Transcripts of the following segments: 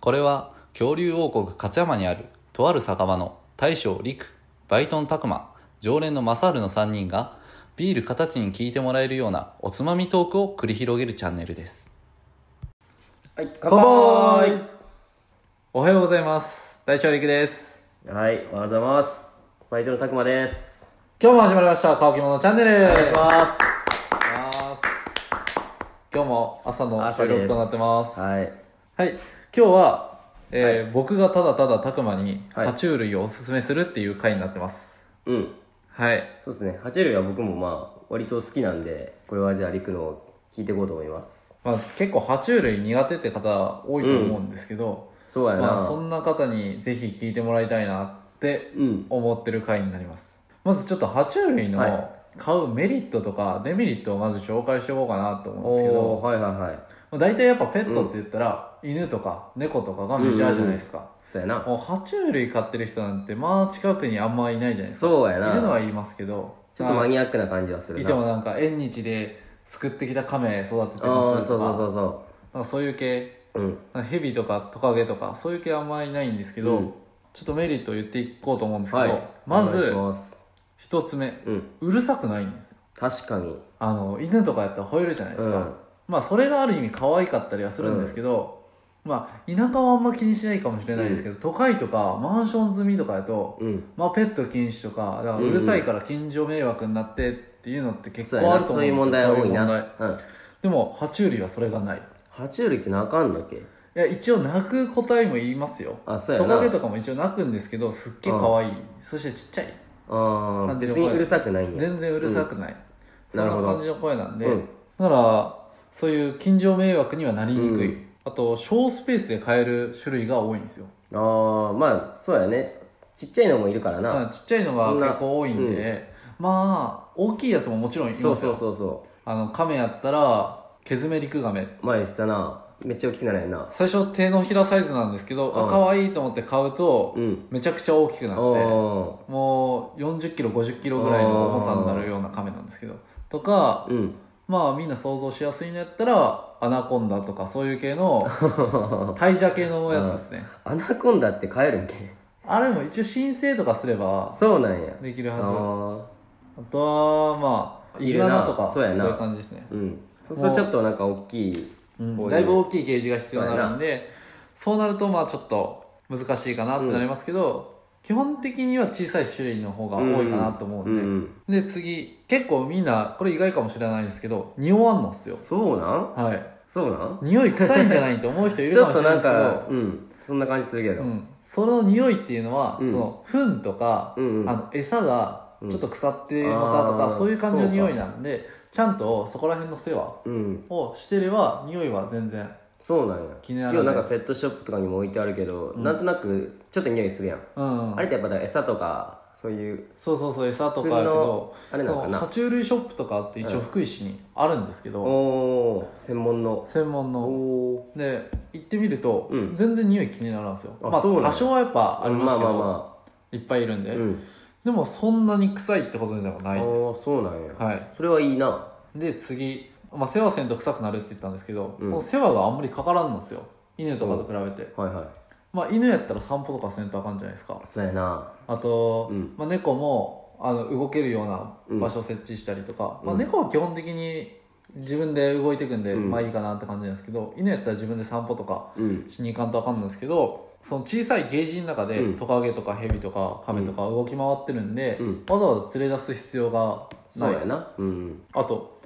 これは恐竜王国勝山にあるとある酒場の大将陸バイトン拓磨常連のマサールの3人がビール形に聞いてもらえるようなおつまみトークを繰り広げるチャンネルですはい、おはようございます大将陸ですはい、おはようございます。バイトのたくまです。今日も始まりました乾き物チャンネルお願いします。今日も朝の朝収です録となってますはい。はい、今日は、えー僕がただただたくまにはい爬虫類をおすすめするっていう回になってますうん。はいそうですね。爬虫類は僕もまあ、割と好きなんで、これはじゃあ、りくのを聞いていこうと思います。まあ、結構爬虫類苦手って方多いと思うんですけど、そうやな。まあ、そんな方にぜひ聞いてもらいたいなってうん。思ってる回になりますまずちょっと爬虫類はのい買うメリットとかデメリットをまず紹介していこうかなと思うんですけおー、どはいはいはい。まあ大体やっぱペットって言ったら、犬とか猫とかがメジャーじゃないですか、そうやな。もう爬虫類飼ってる人なんてまあ近くにあんまいないじゃないですかそうやいな。るのは言いますけどちょっとマニアックな感じはするいな。てもなんか縁日で作ってきた亀育ててあまあ、すとそうそうかそうそなんかそういう系う。うん。ヘビとかトカゲとかそういう系あんまりないんですけど、うんちょっとメリットを言っていこうと思うんですけど、はい。まお願いしずます一つ目うん。うるさくないんですよ確かに。あの犬とかやったら吠えるじゃないでうすか、ん。まあそれがある意味可愛かったりはするんですけど、まあ田舎はあんま気にしないかもしれないですけど、都会とかマンション済みとかやと、うん。まあペット禁止とかだからうるさいから近所迷惑になってっていうのって結そうや構あな。ると思そでううんいうすよ問題は多いそういう問な。うん。題でも爬虫類はそれがない爬虫類ってなあかんだっけいや一応鳴く個体も言いますよあ、そうやトな。カゲとかも一応鳴くんですけどすっげえ可愛い、そしてちっちゃいああなんてい別うのにうるさくないんや全然うるさくない、うんそんなるほなど感じの声なんで、うんだからそういう近所迷惑にはなりにくい、うあと小スペースで飼える種類が多いんですよああまあそうやねちっちゃいのもいるからだからなちっちゃいのがそんな結構多いんで、まあ大きいやつももちろんいますそようそうそうそあの亀やったらケズメリクガメう前言ってたなめっちゃ大きくなるやんな最初手のひらサイズなんですけど、あうん可愛いと思って買うと、うんめちゃくちゃ大きくなあってーもう40キロ50キロぐらいの重さになるような亀なんですけどとかうんまあみんな想像しやすいのやったらアナコンダとかそういう系 の大蛇系のやつですねアナコンダって飼えるんけあれも一応申請とかすればそうなんやできるあはーずあとはまあイグアナとかいるなそうやないう感じですね、うんそうするとちょっとなんか大きいうんこういうだいぶ大きいゲージが必要になるんでそうなるとまあちょっと難しいかなってなりますけど、基本的には小さい種類の方が多いかなと思ううんで、んで次結構みんなこれ意外かもしれないんですけど匂わんのっすよそうなんはいそうなん匂い臭いんじゃないって思う人いちるかょもっしれとないなでんすけどかうんそんな感じするけうどん、その匂いっていうのは、うんその糞とか、うんうんあの餌がちょっと腐ってまたとうんか、あーそういう感じの匂いなんでちゃんとそこら辺の世話うんをしてれば匂いは全然そうなんや気にならない要はなんかペットショップとかにも置いてあるけどなんとなくちょっと匂いするやんうんあれってやっぱだから餌とかそういうそうそうそう餌とかやけどあれなそののかな爬虫類ショップとかって一応福井市にあるんですけど、おお専門の専門おのおで行ってみると、うん全然匂い気になるんですよあまあそうなんや多少はやっぱあありまますあけまど、あまいっぱいいるんあで、うんでもそんなに臭いってことではあないですーそうなんやはいそれはいいなで次、まあ、世話せんと臭くなるって言ったんですけど、うんもう世話があんまりかからんのですよ犬とかと比べて、はいはいまあ犬やったら散歩とかせんとあかんじゃないですかそうやなあと、うんまあ、猫もあの動けるような場所を設置したりとか、うんまあ、うん猫は基本的に自分で動いていくんで、うんまあいいかなって感じなんですけど犬やったら自分で散歩とかうんしに行かんとあかんなんですけどその小さいゲージの中で、うんトカゲとかヘビとかカメとか動き回ってるんで、うんわざわざ連れ出す必要がそなういやなうんあと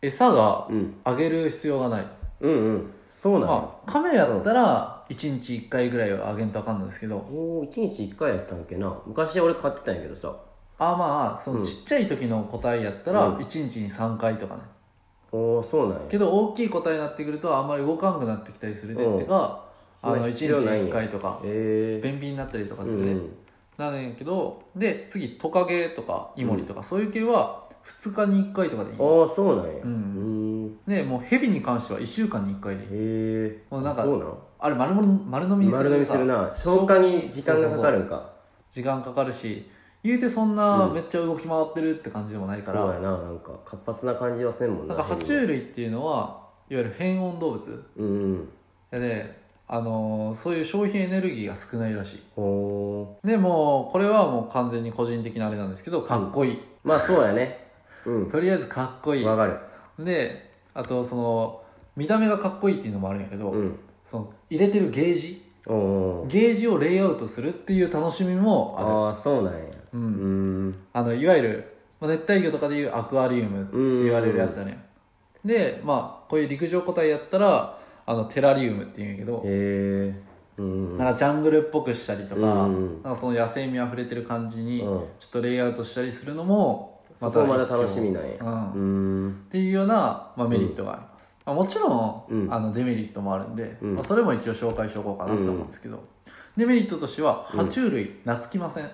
餌がうんあげる必要がない、うんうんそうなんやまあ、カメやったら1日1回ぐらいはあげんとあかんなんですけどおお1日1回やったんけな昔俺買ってたんやけどさあまあそのうんちっちゃい時の個体やったうらん1日に3回とかねおおそうなんやけど大きい個体になってくるとあんまり動かんくなってきたりするでうんってがあそんのな1必日要ないんや1回とかえ便秘になったりとえかうするでんなんやけどで次トカゲとかイモリとかそういう系は2日に1回とかでいいああそうなんやううんんへでもうヘビに関しては1週間に1回でいいえもうなんかそうなんあれ丸も丸飲みにする丸飲みするな消化に時間がかかるんか時間かかるし言うてそんなうんめっちゃ動き回ってるって感じでもないから、そうやななんか活発な感じはせんもんななんか爬虫類っていうのはいわゆる変温動物うんであのーそういう消費エネルギーが少ないらしいほでもこれはもう完全に個人的なあれなんですけどかっこいい、うまあそうやねうんとりあえずかっこいいわかるであとその見た目がかっこいいっていうのもあるんやけど、うんその入れてるゲージおおゲージをレイアウトするっていう楽しみもあるああそうなんやううんんあのいわゆる、まあ、熱帯魚とかでいうアクアリウムって言われるやつだねでまあこういう陸上個体やったらあのテラリウムって言うんやけどへえうんなんかジャングルっぽくしたりとか,、うんなんかその野生味あふれてる感じにちうょんっとレイアウトしたりするのもそこはまだ一興楽しみなんやうんうんっていうような、まあ、メリットがあります、まあ、もちろん、うんあのデメリットもあるんで、うんまあ、それも一応紹介しておこうかなと思うんですけど、デメリットとしては爬虫類、懐きませんあ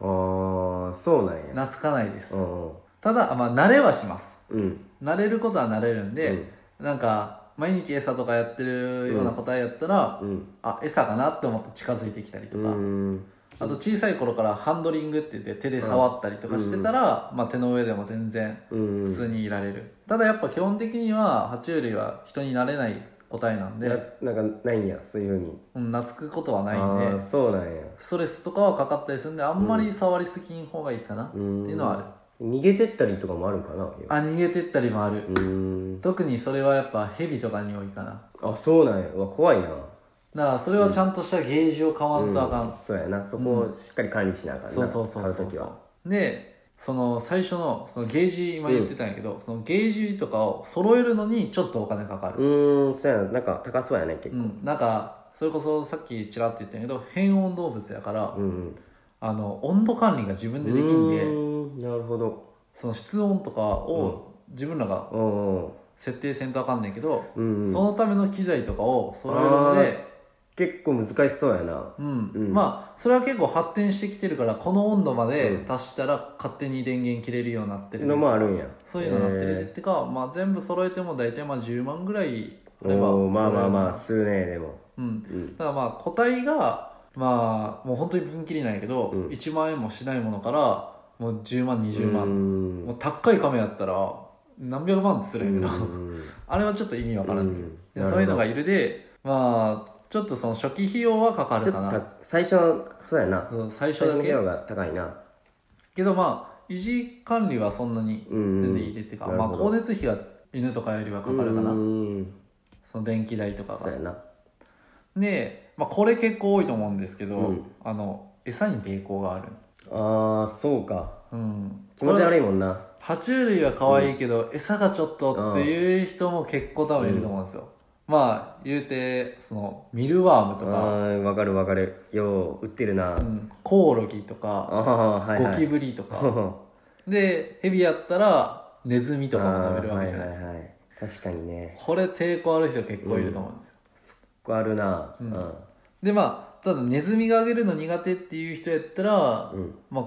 あそうなんや懐かないですうんただ、まあ、慣れはしますうん慣れることは慣れるんで、なんか毎日餌とかやってるような答えやったら、うんあ餌かなって思って近づいてきたりとうか、んあと小さい頃からハンドリングって言って手で触ったりとかしてたら、まあ、手の上でも全然うん普通にいられる、ただやっぱ基本的には爬虫類は人になれない個体なんで、ななんかないんやそういうふうにうん、懐くことはないああんーでそうなんやストレスとかはかかったりするんであんまり触りすぎん方がいいかなっていうのはある、逃げてったりとかもあるんかなあ逃げてったりもある、うん特にそれはやっぱヘビとかに多いかなあそうなんやうわ怖いなだからそれはちゃんとしたゲージを買わんとあかん、そうやなそこをしっかり管理しなあかんなそうそうそうそ買うう時はそうでその最初のそのゲージ今言ってたんやけど、そのゲージとかを揃えるのにちょっとお金かかうるーんそうやななんか高そうやね結う構んなんかそれこそさっきちらっと言ったんやけど変温動物やから、うんあの温度管理が自分でできうんでーんなるほどその室温とかを自分らがうんうん設定せんとあかんねんけど、うんうんそのための機材とかを揃えるので結構難しそうやなうんうんまあそれは結構発展してきてるからこの温度までうん達したら勝手に電源切れるようになってる、のもあるんやそういうのになってるで、えってか、まあ、全部揃えても大体まあ10万ぐらいあーればおーまあまあまあ揃するねでもえるうんうんただまあ個体がまあもう本当に分切りなんやけど、うん1万円もしないものからもう10万20う万、んもう高い亀やったら何百万ってするんやけど、うん あれはちょっと意味わからん、うんでなるほどそういうのがいるでまあちょっとその初期費用はかかちょるっかとなた最初のそうやなそう最初だ最初の費け用が高いなけどまあ維持管理はそんなにうん全然いいでっていうか、なるまあほど光熱費が犬とかよりはかかるかな、うんその電気代とかそうがやなで、まあ、これ結構多いと思うんですけど、うんあの餌に抵抗があるああそうかうん気持ちこれ悪いもんな爬虫類は可愛いけど、餌がちょっとっていう人も結構多分いると思うんですよ、まあ言うてそのミルワームあとか、ーわかるわかるよう売ってるな、うん、コオロギとかああはいはいゴキブリとか、とでヘビやったらネズミとかも食べるわけじゃないですか、はいはいはい、確かにねこれ抵抗ある人結構いると思うんですよ、ここあるなうんでまあただネズミがあげるの苦手っていう人やったら、うんまあ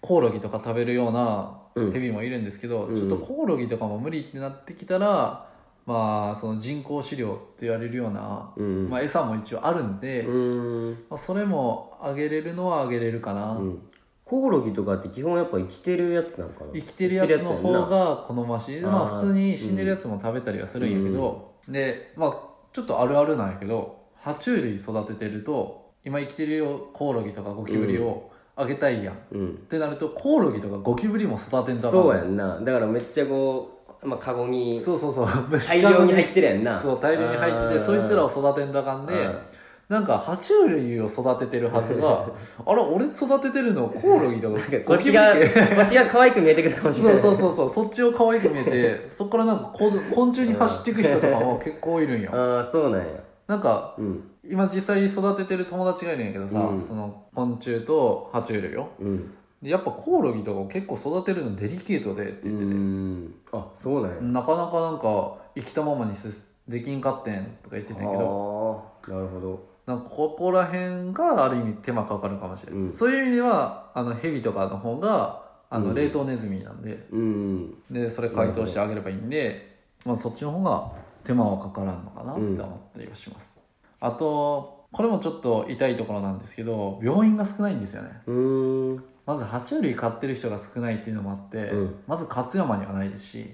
コオロギとか食べるようなうんヘビもいるんですけど、うんちょっとコオロギとかも無理ってなってきたらまあその人工飼料って言われるような、うんまあ、餌も一応あるんで、うーんまあ、それもあげれるのはあげれるかな、うんコオロギとかって基本やっぱ生きてるやつなんかな生きてるやつの方生きてるやつやんなが好ましいまああー普通に死んでるやつも食べたりはするんやけど、でまあちょっとあるあるなんやけど爬虫類育ててると今生きてるよコオロギとかゴキブリをあげたいやん、っうんてなるとコオロギとかゴキブリも育てんとあかんそうやんなだからめっちゃこうまあカゴにそうそうそう虫大量に入ってるやんなそう大量に入っててそいつらを育てんとあかんでうんなんか爬虫類を育ててるはず があれ俺育ててるのコオロギとかゴこっキブちリがこっちが可愛く見えてくるかもしれそなういそうそうそうそっちを可愛く見え てそっからなんかこう昆虫に走っていく人とかも結構いるんよああそうなんやなんかうん今実際育ててる友達がいるんやけどさ、うんその昆虫と爬虫類ようんでやっぱコオロギとかを結構育てるのデリケートでって言うってて、んあそうなんやなかなかなんか生きたままにすできんかってんとか言ってあたんやけどあなるほどなんかここら辺がある意味手間かかるかもしれない、うんそういう意味ではあのヘビとかの方があうのん冷凍ネズミなんで、うんでそれ解凍してあげればいいんで、まあ、そっちの方が手間はかからんのかなってうん思ったりはします、あとこれもちょっと痛いところなんですけど病院が少ないんですよねうんまず爬虫類飼ってる人が少ないっていうのもあって、うんまず勝山にはないですし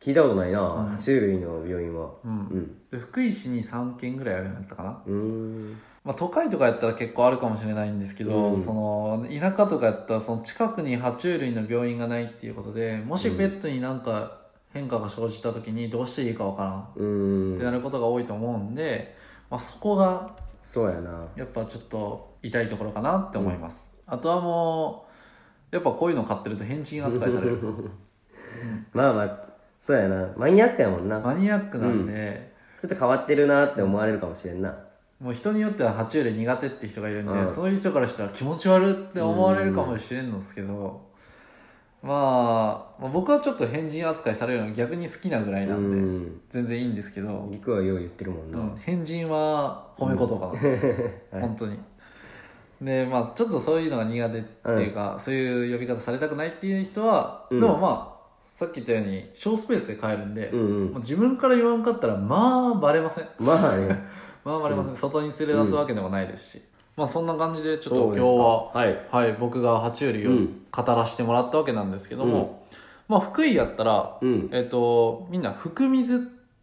聞いたことないな種類の病院はうんうんで福井市に3軒ぐらいあるんだったかな、うーんまあ、都会とかやったら結構あるかもしれないんですけど、うんその田舎とかやったらその近くに爬虫類の病院がないっていうことでもしペットになんか変化が生じた時にどうしていいかわからんっうてーなんることが多いと思うんで、まあ、そこがそうやなやっぱちょっと痛いところかなって思います、あとはもうやっぱこういうの買ってると返金扱いされる まあまあそうやなマニアックやもんなマニアックなんで、ちょっと変わってるなって思われるかもしれんなもう人によっては爬虫類苦手って人がいるんで、うんそういう人からしたら気持ち悪って思われるかもしれんのですけど、まあ、まあ僕はちょっと変人扱いされるの逆に好きなぐらいうなんで、ん全然いいんですけど、陸はよう言ってるもんうな、ん、変人は褒め言葉なん で、本当に。で、まあ、ちょっとそういうのが苦手っていうか、そういう呼び方されたくないっていう人は、うんでもまあ、さっき言ったように、小スペースで買えるんで、うんうもうん自分から言わんかったら、まあ、バレません。まあねまあまあありません、外に連れ出すわけでもないですし、まあそんな感じでちょっと今そう日ですかは、はいはい、僕が爬虫類をうん語らせてもらったわけなんですけども、まあ福井やったら、うんえっ、とみんな「福水」っ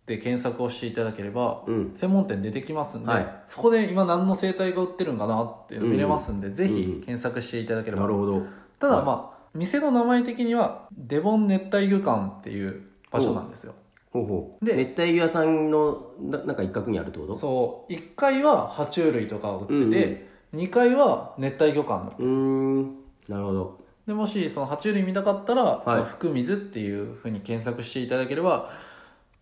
て検索をしていただければ、うん専門店出てきますんで、はいそこで今何の生態が売ってるんかなっていうの見れますんで、ぜうんうひん検索していただければ、なるほどただまあ店の名前的にはデボン熱帯魚館っていう場所なんですよほうほうで熱帯魚屋さんのななんか一角にあるってことそう1階は爬虫類とかを売ってて、2階は熱帯魚館だうーんなるほどでもしその爬虫類見たかったら「その福水」っていうふうに検索していただければ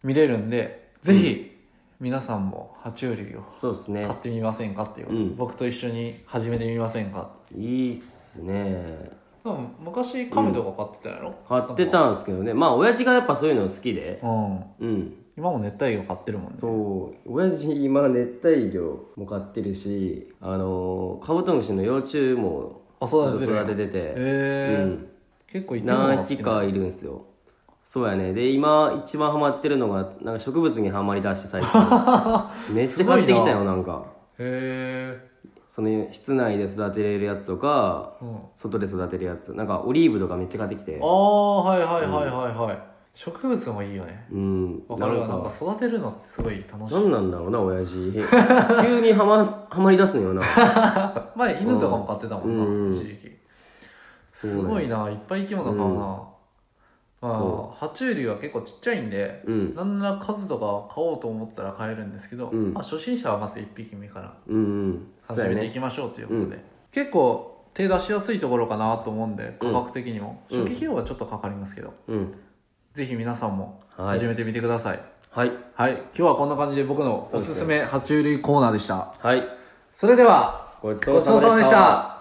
見れるんでぜひ皆さんも爬虫類をそうですね買ってみませんかっていう、うん僕と一緒に始めてみませんかいいっすね多分昔カメとか飼ってたやろ、買ってたんですけどねまあ親父がやっぱそういうの好きでうんうん今も熱帯魚飼ってるもんねそう親父今熱帯魚も買ってるしあのーカブトムシの幼虫もあ育ててる育ててへて、えーうん、結構生き物が何好き匹なかいるんですよそうやねで今一番ハマってるのがなんか植物にはまりだして最 近めっちゃ買ってきたよなんかへその室内で育てれるやつとかえ、うん、外で育てるやつなんかオリーブとかめっちゃ買ってきてああはいはいはいはいはい、植物もいいよねうんわかるわななんんかか育てるのってすごい楽しい何なんだろうな親父 急にはまはまりだすのよな前犬とかも飼ってたもんうんな一時期そうねすごいないっぱい生き物飼うな、まそあ爬虫類は結構ちっちゃいんでうんなんなら数とか買おうと思ったら買えるんですけど、うんまあ、初心者はまず1匹目からうんうんそう始やめていねきましょうということで、うん結構手出しやすいところかなと思うんで価格的にも、うん初期費用はちょっとかかりますけど、うんぜひ皆さんもは始いめてみてください、はいはい、今日はこんな感じで僕のおすすめ爬虫類コーナーでしたはいそれではごちごそうちそうささままででししたた